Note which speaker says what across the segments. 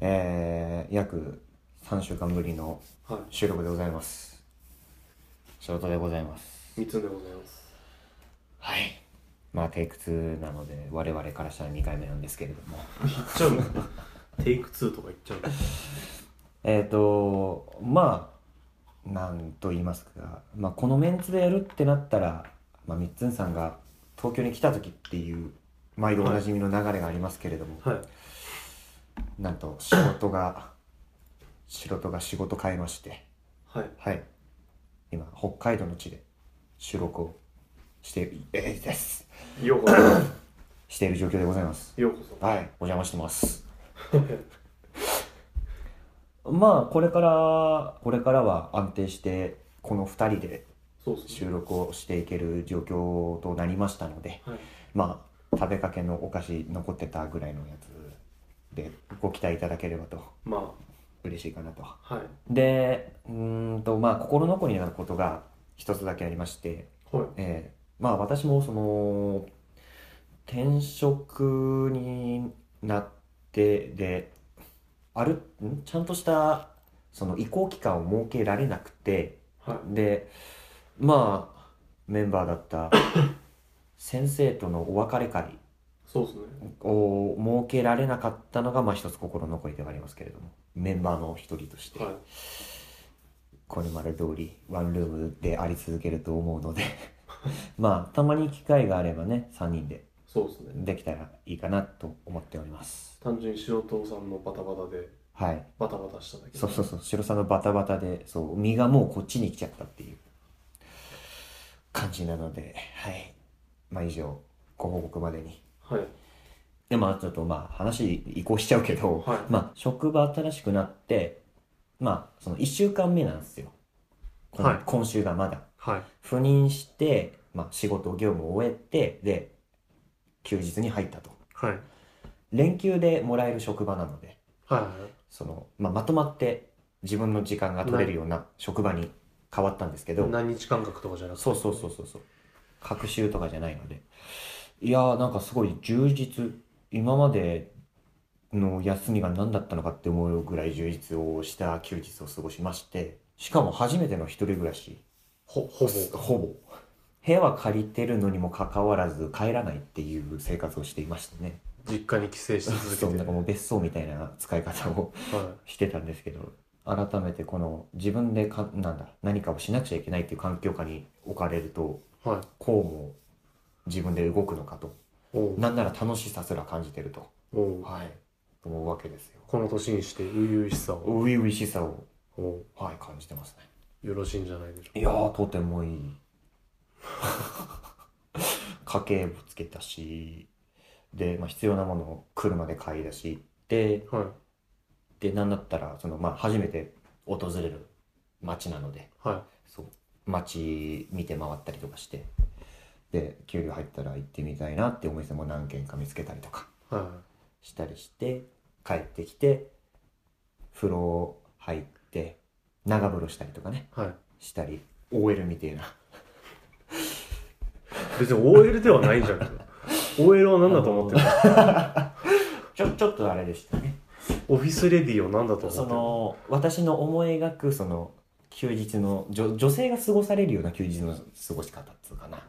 Speaker 1: えー、約3週間ぶりの
Speaker 2: は
Speaker 1: 収録でございます仕事でございます
Speaker 2: い、三つでございます。
Speaker 1: はいまあテイク2なので我々からしたら2回目なんですけれども
Speaker 2: 言っちゃうのテイク2とか言っちゃ うの
Speaker 1: えっ、とまあなんと言いますか、まあ、このメンツでやるってなったら、まあ、みっつんさんが東京に来た時っていう毎度おなじみの流れがありますけれども、
Speaker 2: はい。
Speaker 1: なんと仕事が仕事が仕事変えまして
Speaker 2: はい。
Speaker 1: はい今北海道の地で収録をしている、えーです
Speaker 2: ようこ そ。
Speaker 1: している状況でございます
Speaker 2: ようこそ。
Speaker 1: はいお邪魔してますまあこれからこれからは安定してこの2人で
Speaker 2: そうっす
Speaker 1: 収
Speaker 2: ね。
Speaker 1: 録をしていける状況となりましたので
Speaker 2: はい。
Speaker 1: まあ食べかけのお菓子残ってたぐらいのやつでご期待いただければと
Speaker 2: ま
Speaker 1: 嬉しいかなと
Speaker 2: あ、はい。
Speaker 1: でうーんとまあ心残りになることが一つだけありまして、
Speaker 2: はい。
Speaker 1: えーまあ私もその転職になってであるんちゃんとしたその移行期間を設けられなくて
Speaker 2: はい。
Speaker 1: でまあメンバーだった先生とのお別れ会
Speaker 2: そうっすね。
Speaker 1: を設けられなかったのがまあ一つ心残りではありますけれどもメンバーの一人として。
Speaker 2: はい。
Speaker 1: これまで通りワンルームであり続けると思うので まあたまに機会があればね3人で
Speaker 2: そうっすね。
Speaker 1: できたらいいかなと思っております
Speaker 2: 単純に塩糖さんのバタバタで、
Speaker 1: はい
Speaker 2: バタバタしただけ。
Speaker 1: そうそうそう白さんのバタバタでそう身がもうこっちに来ちゃったっていう感じなのではいまあ以上ご報告までに
Speaker 2: はい。
Speaker 1: でまあちょっとまあ話移行しちゃうけど、
Speaker 2: はい
Speaker 1: まあ職場新しくなってまあその1週間目なんですよ、この
Speaker 2: はい
Speaker 1: 今週がまだ
Speaker 2: はい。
Speaker 1: 赴任して、まあ、仕事業務を終えてで休日に入ったと
Speaker 2: はい。
Speaker 1: 連休でもらえる職場なので
Speaker 2: は
Speaker 1: その、まあ、まとまって自分の時間が取れるような職場に変わったんですけ
Speaker 2: い。
Speaker 1: ど
Speaker 2: 何日間隔とかじゃなくて。
Speaker 1: そうそうそうそうそう隔週とかじゃないのでいやーなんかすごい充実今までの休みが何だったのかって思うぐらい充実をした休日を過ごしましてしかも初めての一人暮らし
Speaker 2: ほ、ほぼ。
Speaker 1: ほぼ部屋は借りてるのにもかかわらず帰らないっていう生活をしていましたね
Speaker 2: 実家に帰省し続
Speaker 1: そう
Speaker 2: け
Speaker 1: な
Speaker 2: て
Speaker 1: んか。もう別荘みたいな使い方を
Speaker 2: は
Speaker 1: してたんですけど改めてこの自分でかなんだ何かをしなくちゃいけないっていう環境下に置かれると
Speaker 2: い。はい。
Speaker 1: こうも自分で動くのかと
Speaker 2: おう。
Speaker 1: なんなら楽しさすら感じてると
Speaker 2: おう。
Speaker 1: はい思うわけですよ
Speaker 2: この年にして、初々しさを。
Speaker 1: 初々しさを
Speaker 2: おう。
Speaker 1: はい感じてますね
Speaker 2: よろしいんじゃないでしょうか。
Speaker 1: いやーとてもいい 家計簿つけたしで、まあ、必要なものを車で買い出し行って
Speaker 2: はい。
Speaker 1: でなんだったらその、まあ、初めて訪れる街なので
Speaker 2: は
Speaker 1: そう街見て回ったりとかしてで給料入ったら行ってみたいなってお店も何軒か見つけたりとか
Speaker 2: い。は
Speaker 1: したりして帰ってきて風呂入って長風呂したりとかね
Speaker 2: い。はい。
Speaker 1: したり OL みたいな。
Speaker 2: 別に OL ではないんじゃないの OL は何だと思ってる
Speaker 1: ちょちょっとあれでしたね
Speaker 2: オフィスレディを何だと
Speaker 1: そ
Speaker 2: 思っ
Speaker 1: の私の思い描くその休日の女女性が過ごされるような休日の過ごし方っつうかな、
Speaker 2: て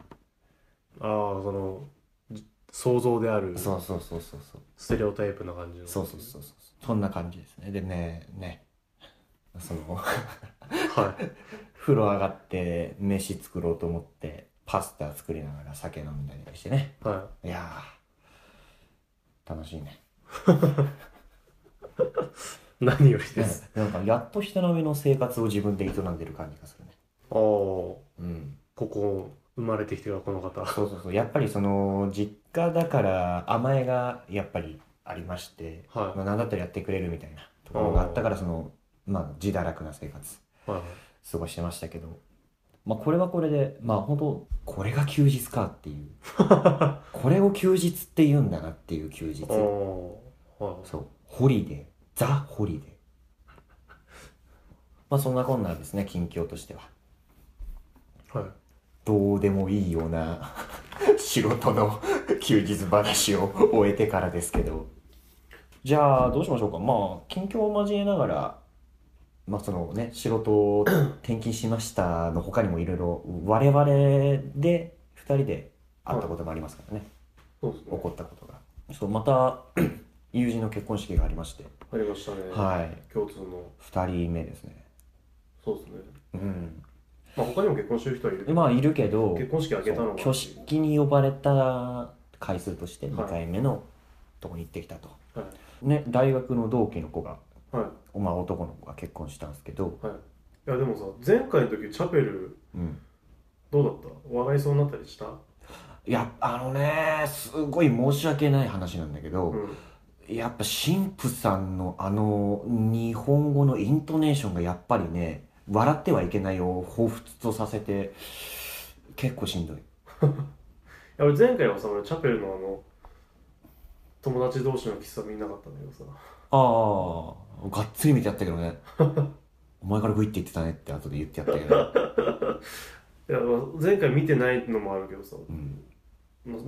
Speaker 2: るのああそのじ想像である
Speaker 1: そうそうそうそうそう
Speaker 2: ステレオタイプな感じの
Speaker 1: そうそうそうそうそんな感じですねでねねその
Speaker 2: はい
Speaker 1: 風呂上がって飯作ろうと思ってパスタ作りながら酒飲んだりしてね
Speaker 2: はい
Speaker 1: やー楽しいね
Speaker 2: い何よりです、
Speaker 1: うんなんかやっと人並みの生活を自分で営んでる感じがするね
Speaker 2: ああこ
Speaker 1: うん
Speaker 2: こ生まれてきてからこの方
Speaker 1: そうそうそうやっぱりその実家だから甘えがやっぱりありまして、
Speaker 2: は
Speaker 1: まあ、何だったらやってくれるみたいなところがあったからその、まあ、自堕落な生活
Speaker 2: いはい
Speaker 1: 過ごしてましたけど、まあ、これはこれでまあ本当これが休日かっていうこれを休日って言うんだなっていう休日
Speaker 2: ああはい
Speaker 1: そうホリデーザ・ホリデーまあそんなこんなですね近況としては
Speaker 2: はい。
Speaker 1: どうでもいいような 仕事の 休日話を終えてからですけど。じゃあ、どうしましょうか。まあ、近況を交えながら、まあそのね、仕事を転勤しましたの他にもいろいろ、我々で、二人で会ったこともありますからね。
Speaker 2: そうです
Speaker 1: 起。こったことが。そう、また、 友人の結婚式がありまして。
Speaker 2: ありましたね。
Speaker 1: はい。
Speaker 2: 共通の。
Speaker 1: 二人目ですね。
Speaker 2: そうですね。
Speaker 1: うん。
Speaker 2: まあ他にも結婚してる人はいるけど、
Speaker 1: まあ、いるけど、
Speaker 2: 結婚式あげたのが。
Speaker 1: 挙式に呼ばれた回数として
Speaker 2: はい
Speaker 1: 2回目のとこに行ってきたと、
Speaker 2: は
Speaker 1: ね大学の同期の子が、
Speaker 2: い。はい。
Speaker 1: まあ、男の子が結婚したんですけど、
Speaker 2: はい。いやでもさ、前回の時チャペル
Speaker 1: うん、
Speaker 2: どうだった笑いそうになったりした
Speaker 1: いやあのねすごい申し訳ない話なんだけど、
Speaker 2: うん。
Speaker 1: やっぱ神父さんのあの日本語のイントネーションがやっぱりね笑ってはいけないを彷彿とさせて結構しんどい
Speaker 2: いや俺前回はさ俺チャペルのあの友達同士の喫茶見なかったんだけどさ
Speaker 1: ああがっつり見てやったけど ねお前からグイって言ってたねって後で言ってやったけど、
Speaker 2: いや前回見てないのもあるけどさ
Speaker 1: うん、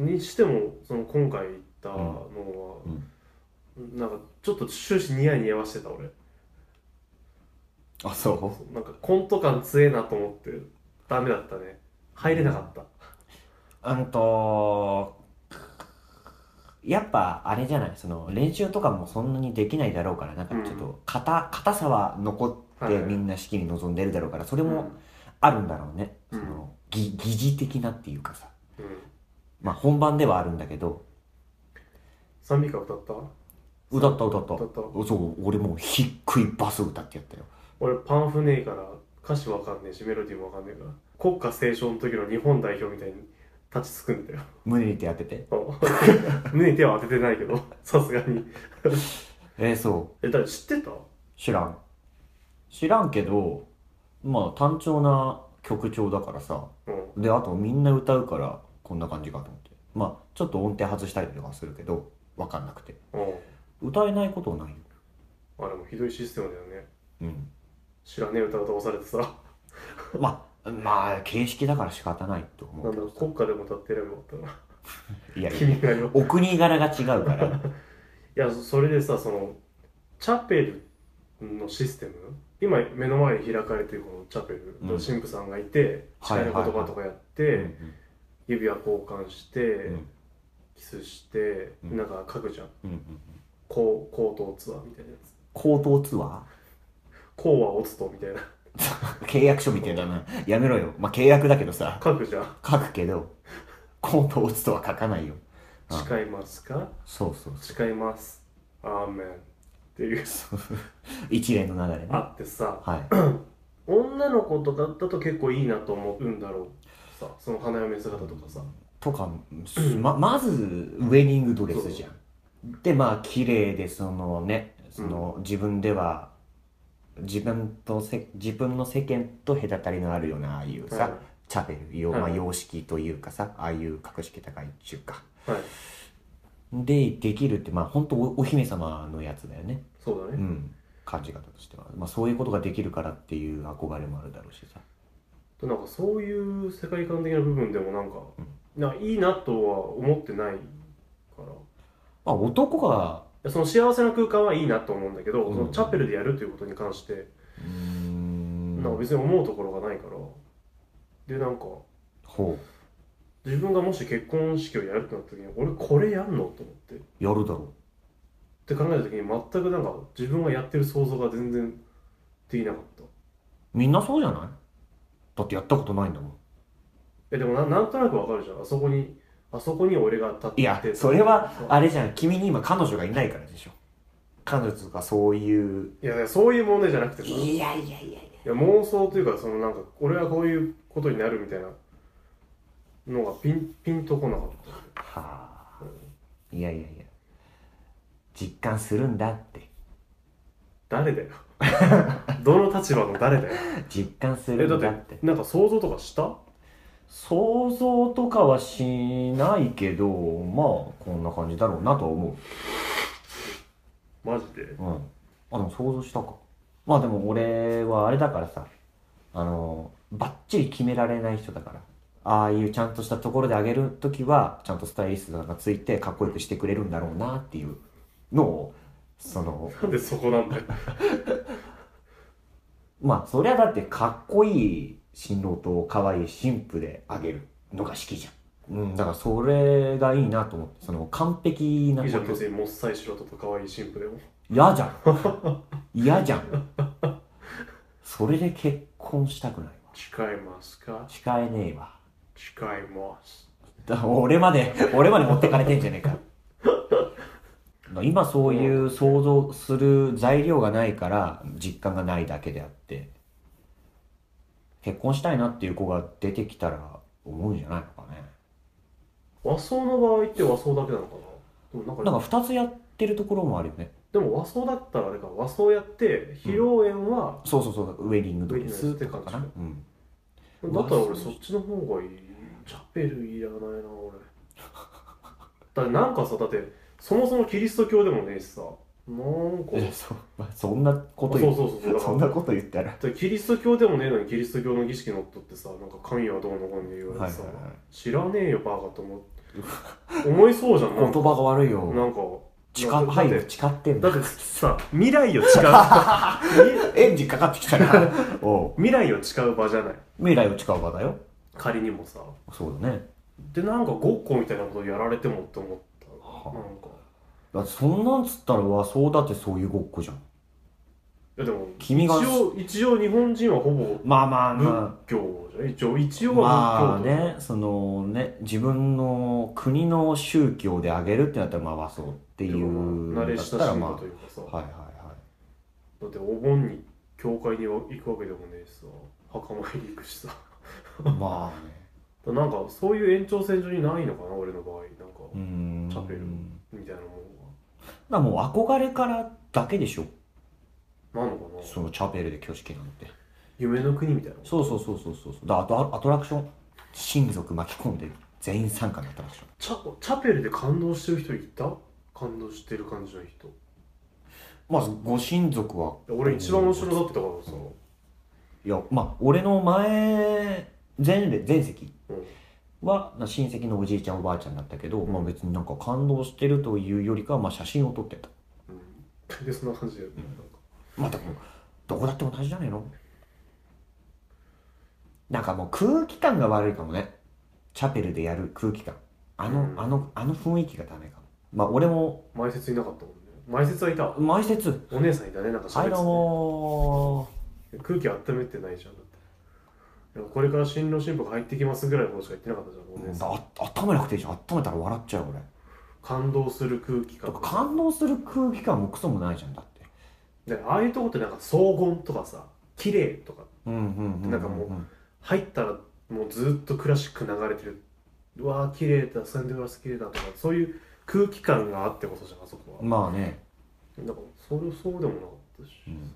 Speaker 2: にしてもその今回行ったのは、なんかちょっと終始ニヤニヤはしてた俺
Speaker 1: あそう
Speaker 2: なんかコント感強えなと思ってダメだったね入れなかった、
Speaker 1: うんとやっぱあれじゃないその練習とかもそんなにできないだろうからなんかちょっ
Speaker 2: う
Speaker 1: と硬硬さは残っ
Speaker 2: はい
Speaker 1: て
Speaker 2: はい
Speaker 1: みんな式に臨んでるだろうからそれ
Speaker 2: で
Speaker 1: もあるんだろうね、
Speaker 2: うん
Speaker 1: そのぎ疑似的なっていうかさ
Speaker 2: うん、うん、
Speaker 1: まあ本番ではあるんだけど
Speaker 2: 賛美歌歌った
Speaker 1: 歌った歌った
Speaker 2: 歌った
Speaker 1: そう俺もう低いバス歌ってやったよ
Speaker 2: 俺パンフねえから歌詞わかんねえしメロディーもわかんねえから国歌斉唱の時の日本代表みたいに立ちすくんだよ
Speaker 1: 胸に手当てて
Speaker 2: 胸に手は当ててないけどさすがに
Speaker 1: えー、そう
Speaker 2: えだから知ってた
Speaker 1: 知らん知らんけどまあ単調な曲調だからさ
Speaker 2: うん
Speaker 1: であとみんな歌うからこんな感じかと思ってまあちょっと音程外したりとかするけど分かんなくて
Speaker 2: うん
Speaker 1: 歌えないことはないよ
Speaker 2: あれもひどいシステムだよね
Speaker 1: うん
Speaker 2: 知らねえ歌歌わされてさ
Speaker 1: まあまあ形式だから仕方ないと思
Speaker 2: な
Speaker 1: うんけ
Speaker 2: だ
Speaker 1: ど
Speaker 2: 国歌でも歌ってればよかったない
Speaker 1: やいや
Speaker 2: 君がよ
Speaker 1: お国柄が違う から
Speaker 2: いやそれでさそのチャペルのシステム今目の前に開かれてるこのチャペル、
Speaker 1: うん
Speaker 2: 神父さんがいて
Speaker 1: はい
Speaker 2: 誓
Speaker 1: はいいは
Speaker 2: の言
Speaker 1: い
Speaker 2: 葉とかやって、
Speaker 1: うん
Speaker 2: 指輪交換して、
Speaker 1: うん
Speaker 2: キスして、
Speaker 1: うん
Speaker 2: なんか書くじゃん
Speaker 1: うんうん
Speaker 2: こう口頭ツアーみたいなやつ
Speaker 1: 口頭ツア
Speaker 2: こうは落つとみ たいな
Speaker 1: ー契約書みたいだなやめろよまあ契約だけどさ
Speaker 2: 書くじゃん
Speaker 1: 書くけど口頭打つとは書かないよあ
Speaker 2: 誓いますか
Speaker 1: そうそうそ
Speaker 2: 誓いますアーメンっていう
Speaker 1: う一連の流れね
Speaker 2: あってさ
Speaker 1: はい
Speaker 2: 女の子とかだと結構いいなと思うんだろうさその花嫁姿とかさ
Speaker 1: とか、ままずウェディングドレスじゃんでまあ綺麗でそのねその自分では自分とせ自分の世間と隔たりのあるようなああいうさ、
Speaker 2: は
Speaker 1: チャペルようまあ、
Speaker 2: はい
Speaker 1: 様式というかさああいう格式高い中華
Speaker 2: い、はい、
Speaker 1: でできるってまあ本当おお姫様のやつだよね
Speaker 2: そうだ
Speaker 1: う
Speaker 2: ね、
Speaker 1: ん感じ方としては、まあ、そういうことができるからっていう憧れもあるだろうしさ
Speaker 2: となんかそういう世界観的な部分でもなんか,、なんかいいなとは思ってないからい
Speaker 1: まあ男が
Speaker 2: やその幸せな空間はいいなと思うんだけど、
Speaker 1: うん
Speaker 2: そのチャペルでやるということに関して、
Speaker 1: うーん
Speaker 2: なんか別に思うところがないからでなんか
Speaker 1: ほ
Speaker 2: 自分がもし結婚式をやるってなった時に俺これやんのと思って
Speaker 1: うやるだろう
Speaker 2: って考えた時に全くなんか自分がやってる想像が全然できなかったい
Speaker 1: みんなそうじゃないだってやったことないんだもん
Speaker 2: やでもななんとなくわかるじゃんあそこにあそこに俺が立って
Speaker 1: いや
Speaker 2: て
Speaker 1: それは
Speaker 2: そう
Speaker 1: あれじゃん君に今彼女がいないからでしょ彼女とかそういう
Speaker 2: いやいやそういう問題じゃなくてさい
Speaker 1: やいやいやい
Speaker 2: や妄想というかそのなんか俺はこういうことになるみたいなのがピンピンとこなかった
Speaker 1: やはあいやいやいや実感するんだって
Speaker 2: 誰だよどの立場の誰だよ
Speaker 1: 実感す
Speaker 2: え
Speaker 1: る
Speaker 2: だ
Speaker 1: んだっ
Speaker 2: っててなんか想像とかした
Speaker 1: 想像とかはしないけどまあこんな感じだろうなとは思
Speaker 2: マジで
Speaker 1: ううんあでも想像したかまあでも俺はあれだからさあのばっちり決められない人だからああいうちゃんとしたところであげる時はちゃんとスタイリストがついてかっこよくしてくれるんだろうなっていうのをその
Speaker 2: なんでそこなんだよ。
Speaker 1: まあそりゃだってかっこいい新郎と可愛い新婦であげるのが好きじゃん、うん、だからそれがいいなと思ってその完璧なこ
Speaker 2: いいじゃん、
Speaker 1: と
Speaker 2: 別にもっさい素人と可愛い新婦でも。
Speaker 1: 嫌じゃん嫌じゃんそれで結婚したくないわ
Speaker 2: 誓いますか
Speaker 1: 誓えねえわ
Speaker 2: 誓います。
Speaker 1: だ俺まで俺まで持ってかれてんじゃねえか今そういう想像する材料がないから実感がないだけであって結婚したいなっていう子が出てきたら思うんじゃないのかね
Speaker 2: 和装の場合って和装だけなのかなでもなんか
Speaker 1: なんか2つやってるところもあるよね
Speaker 2: でも和装だったら、だから和装やって、披露宴は、
Speaker 1: そうそうそうウェディングドレスとかかな
Speaker 2: ウェデ
Speaker 1: う
Speaker 2: ィングドレスって感、
Speaker 1: ん、
Speaker 2: だったら
Speaker 1: 和
Speaker 2: 俺
Speaker 1: 装
Speaker 2: そっちの方がいい。チャペルいらないな、俺。だってなんかさ、だって、そもそもキリスト教でもねえしさ、なんか、
Speaker 1: えそ,、まあ、そんなこ
Speaker 2: そ
Speaker 1: と
Speaker 2: うそ
Speaker 1: 言
Speaker 2: う
Speaker 1: う
Speaker 2: そう、だか
Speaker 1: そ
Speaker 2: ら
Speaker 1: んなこと言ったら
Speaker 2: でキリスト教でもねえのにキリスト教の儀式のっとってさなんか神はどうのこうの言われてさ、
Speaker 1: はいはいはい
Speaker 2: 知らねえよバカと思う思いそうじゃんな
Speaker 1: 言
Speaker 2: ん
Speaker 1: 葉が
Speaker 2: か
Speaker 1: 悪い
Speaker 2: な
Speaker 1: よ
Speaker 2: んか
Speaker 1: 誓っ
Speaker 2: だ
Speaker 1: はい
Speaker 2: だって
Speaker 1: 誓ってん
Speaker 2: だ
Speaker 1: だ
Speaker 2: ってさ未来を誓う
Speaker 1: エンジンかかってきたな おう
Speaker 2: 未来を誓う場じゃない
Speaker 1: 未来を誓う場だよ
Speaker 2: 仮にもさ
Speaker 1: そうだね
Speaker 2: でなんかごっこみたいなことやられてもって思った
Speaker 1: は
Speaker 2: なんか
Speaker 1: だってそんなんつったら和装だってそういうごっこじゃん
Speaker 2: いやでも
Speaker 1: 君が
Speaker 2: 一応一応日本人はほぼ
Speaker 1: まあまあま
Speaker 2: 仏教じゃん一応一
Speaker 1: あ
Speaker 2: 応
Speaker 1: ま
Speaker 2: は
Speaker 1: あ
Speaker 2: 仏教
Speaker 1: ねそのね自分の国の宗教であげるってなったらまあ和装ってい
Speaker 2: という
Speaker 1: う
Speaker 2: か慣れ
Speaker 1: だっ
Speaker 2: 親
Speaker 1: た
Speaker 2: し
Speaker 1: ら
Speaker 2: み
Speaker 1: まあ
Speaker 2: だというかさ、
Speaker 1: はいはいはい
Speaker 2: だってお盆に教会には行くわけでもねえしさ墓参り行くしさだか
Speaker 1: まあね
Speaker 2: らなんかそういう延長線上にないのかな俺の場合なんか、
Speaker 1: うーん
Speaker 2: チャペル
Speaker 1: だ
Speaker 2: みたいなも
Speaker 1: からもう憧れからだけでしょ
Speaker 2: のがなのかな
Speaker 1: そのチャペルで挙式なんて
Speaker 2: 夢の国みたいな
Speaker 1: そうそうそうそうそうそうだあとアトラクション親族巻き込んで全員参加のアトラクション
Speaker 2: チャチャペルで感動してる人いた感動してる感じの人い
Speaker 1: まあご親族は
Speaker 2: や俺一番後ろだったからさ、
Speaker 1: いやまあ俺の前前れ前席
Speaker 2: うん
Speaker 1: はな親戚のおじいちゃんおばあちゃんだったけど、
Speaker 2: うん
Speaker 1: まあ、別になんか感動してるというよりかは、まあ、写真を撮ってた
Speaker 2: うん、でそんな感じで、なんか
Speaker 1: まあでもどこだって同じじゃねえのなんかもう空気感が悪いかもねチャペルでやる空気感あの、
Speaker 2: うん
Speaker 1: あのあの雰囲気がダメかもまあ俺も
Speaker 2: 前説いなかったもんね前説はいたわ
Speaker 1: 前説
Speaker 2: お姉さんいたねなんか喋っ
Speaker 1: は
Speaker 2: て
Speaker 1: い
Speaker 2: た
Speaker 1: どう
Speaker 2: ね
Speaker 1: も
Speaker 2: 空気温めてないじゃんだっていやこれから新郎新婦が入ってきますぐらいのことしか言ってなかったじゃんお
Speaker 1: ー
Speaker 2: 姉さん
Speaker 1: あ温めなくていいじゃん温めたら笑っちゃう俺
Speaker 2: 感動する空気
Speaker 1: だ
Speaker 2: 感
Speaker 1: から感動する空気感もクソもないじゃんだって
Speaker 2: でああいうとこってなんか荘厳とかさ綺麗とか
Speaker 1: うんうんうん
Speaker 2: なんかもう
Speaker 1: う
Speaker 2: 入ったらもうずっとクラシック流れてるうわー綺麗だサンデーグラス綺麗だとかそういう空気感があってこそじゃんあそこは、
Speaker 1: まあね
Speaker 2: なんかそれそうでもなかったし、
Speaker 1: うん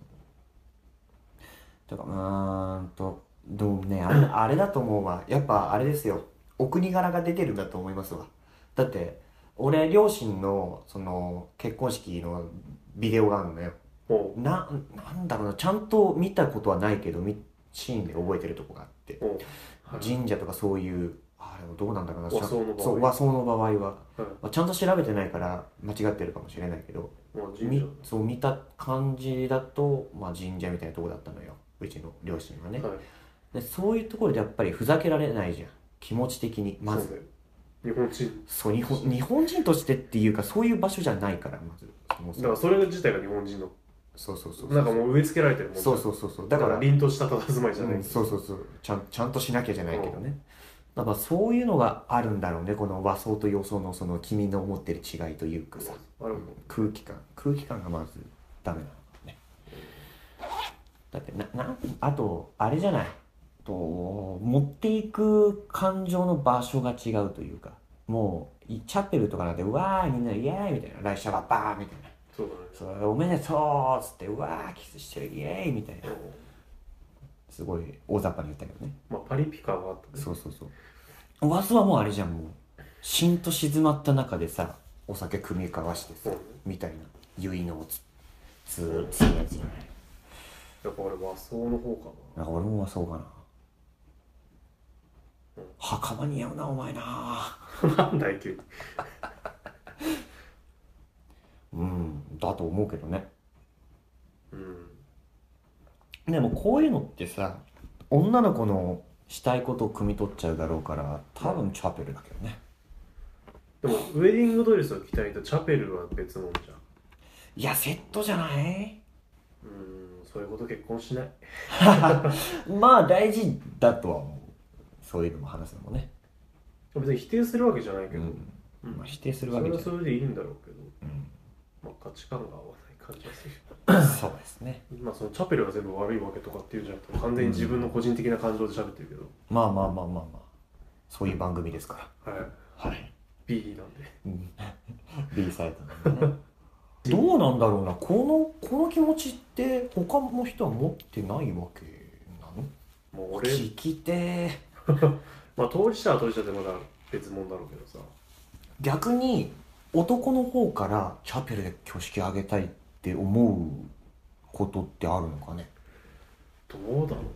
Speaker 1: だからうーんとでもねあれあれだと思うわやっぱあれですよお国柄が出てるんだと思いますわだって俺両親のその結婚式のビデオがあるのよ
Speaker 2: も
Speaker 1: ななんだろうなちゃんと見たことはないけどみシーンで覚えてるとこがあって
Speaker 2: うもう、はい
Speaker 1: 神社とかそういうあれどうなんだろうな
Speaker 2: 和装の場合
Speaker 1: そう和装の場合は、
Speaker 2: い
Speaker 1: まあちゃんと調べてないから間違ってるかもしれないけど
Speaker 2: もう
Speaker 1: み
Speaker 2: 神社
Speaker 1: そう見た感じだと、まあ、神社みたいなとこだったのようちの両親はね、
Speaker 2: はい
Speaker 1: でそういうところでやっぱりふざけられないじゃん気持ち的にま
Speaker 2: そう
Speaker 1: ず
Speaker 2: だよ日本人
Speaker 1: そう日本日本人としてっていうかそういう場所じゃないからまずそもそ
Speaker 2: だから
Speaker 1: も
Speaker 2: それ自体が日本人の
Speaker 1: そうそうそう
Speaker 2: なんかもう植え付けられてるもんね
Speaker 1: そうそうそうそうだ
Speaker 2: だ
Speaker 1: か
Speaker 2: からら凛とした佇まいじゃない、
Speaker 1: うん、そうそうそうちゃんちゃんとしなきゃじゃないけどね、だからそういうのがあるんだろうねこの和装と洋装のその君の思ってる違いというかさ
Speaker 2: あれも
Speaker 1: 空気感空気感がまずダメなのかねだってななあとあれじゃないと持っていく感情の場所が違うというかもういチャペルとかなんて「うわーみんなイエーイ!」みたいな「来社はバー!」みたいな
Speaker 2: そうだね
Speaker 1: 「そうおめでとう!」っつって「うわーキスしてるイエーイ!」みたいな
Speaker 2: うん
Speaker 1: すごい大雑把に言ったけどね
Speaker 2: まあパリピ感はあったね
Speaker 1: そうそうそう和装はもうあれじゃんもうしんと静まった中でさお酒組み交わしてさ
Speaker 2: そうね
Speaker 1: みたいな結納をつつつやつじゃない
Speaker 2: やっぱ俺和装の方か
Speaker 1: なんか俺も和装かな袴似合うなお前な
Speaker 2: なんだい急に
Speaker 1: うんだと思うけどね
Speaker 2: うん
Speaker 1: でもこういうのってさ女の子のしたいことを汲み取っちゃうだろうから多分チャペルだけどね
Speaker 2: でもウェディングドレスを着たいとチャペルは別物じゃん
Speaker 1: いやセットじゃない
Speaker 2: うんそういうこと結婚しない
Speaker 1: まあ大事だとは思うそういうのも話すのもね、
Speaker 2: 別に否定するわけじゃないけ
Speaker 1: う
Speaker 2: ど、
Speaker 1: ん
Speaker 2: うん
Speaker 1: まあ、否定する
Speaker 2: そ
Speaker 1: わけ
Speaker 2: れ
Speaker 1: じ
Speaker 2: は
Speaker 1: ゃない
Speaker 2: それでいいんだろうけど、
Speaker 1: うん
Speaker 2: まあ、価値観が合わない感じがする
Speaker 1: そうですね
Speaker 2: まあそのチャペルが全部悪いわけとかっていうんじゃなくて完全に自分の個人的な感情で喋ってるけど、
Speaker 1: まあまあまあまあまあそういう番組ですか
Speaker 2: はい
Speaker 1: らはい
Speaker 2: B なんで
Speaker 1: B サイドなんでね どうなんだろうなこのこの気持ちって他の人は持ってないわけなの
Speaker 2: もう俺、
Speaker 1: 聞きてー
Speaker 2: まあ、当事者は当事者でまだ別物だろうけどさ
Speaker 1: 逆に男の方からチャペルで挙式あげたいって思うことってあるのかね
Speaker 2: どうだろうね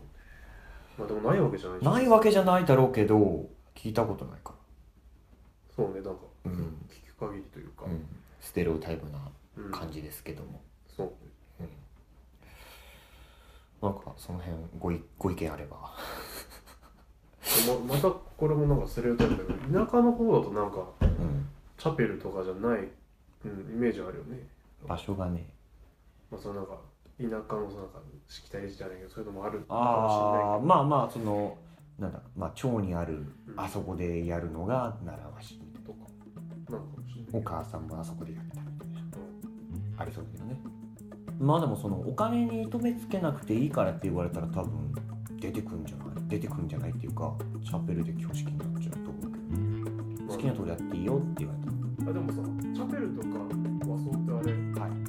Speaker 2: まあでもないわけじゃない
Speaker 1: ないわけじゃないだろうけど聞いたことないか
Speaker 2: そうねなんか、
Speaker 1: うん、、
Speaker 2: 聞く限りというから
Speaker 1: ステレオタイプな
Speaker 2: うん
Speaker 1: 感じですけども、
Speaker 2: そうね
Speaker 1: なんかその辺ごいご意見あれば
Speaker 2: ままたこれもなんかステレオタイプだけど田舎の方だとなんか
Speaker 1: うん
Speaker 2: チャペルとかじゃない、うん、イメージあるよね
Speaker 1: 場所がね
Speaker 2: まあそのなんか田舎のそのなんかしきたりじゃないけどそういうのもあるか
Speaker 1: ああ
Speaker 2: も
Speaker 1: まあまあそのなんだろうまあ町にある
Speaker 2: しれない
Speaker 1: あ
Speaker 2: け
Speaker 1: そ
Speaker 2: ど
Speaker 1: こでやるのが習わし
Speaker 2: うんとかなのかもしれな
Speaker 1: お
Speaker 2: い
Speaker 1: 母さんもあそこでやったみたいな
Speaker 2: うん
Speaker 1: ありそうだけどねまあでもそのお金に糸目つけなくていいからって言われたら多分出てくんじゃない出てくんじゃないっていうかチャペルで挙式になっちゃうと思うけどね好きなとこでやっていいよって言われた
Speaker 2: あでもさチャペルとか和装ってあれ
Speaker 1: らはい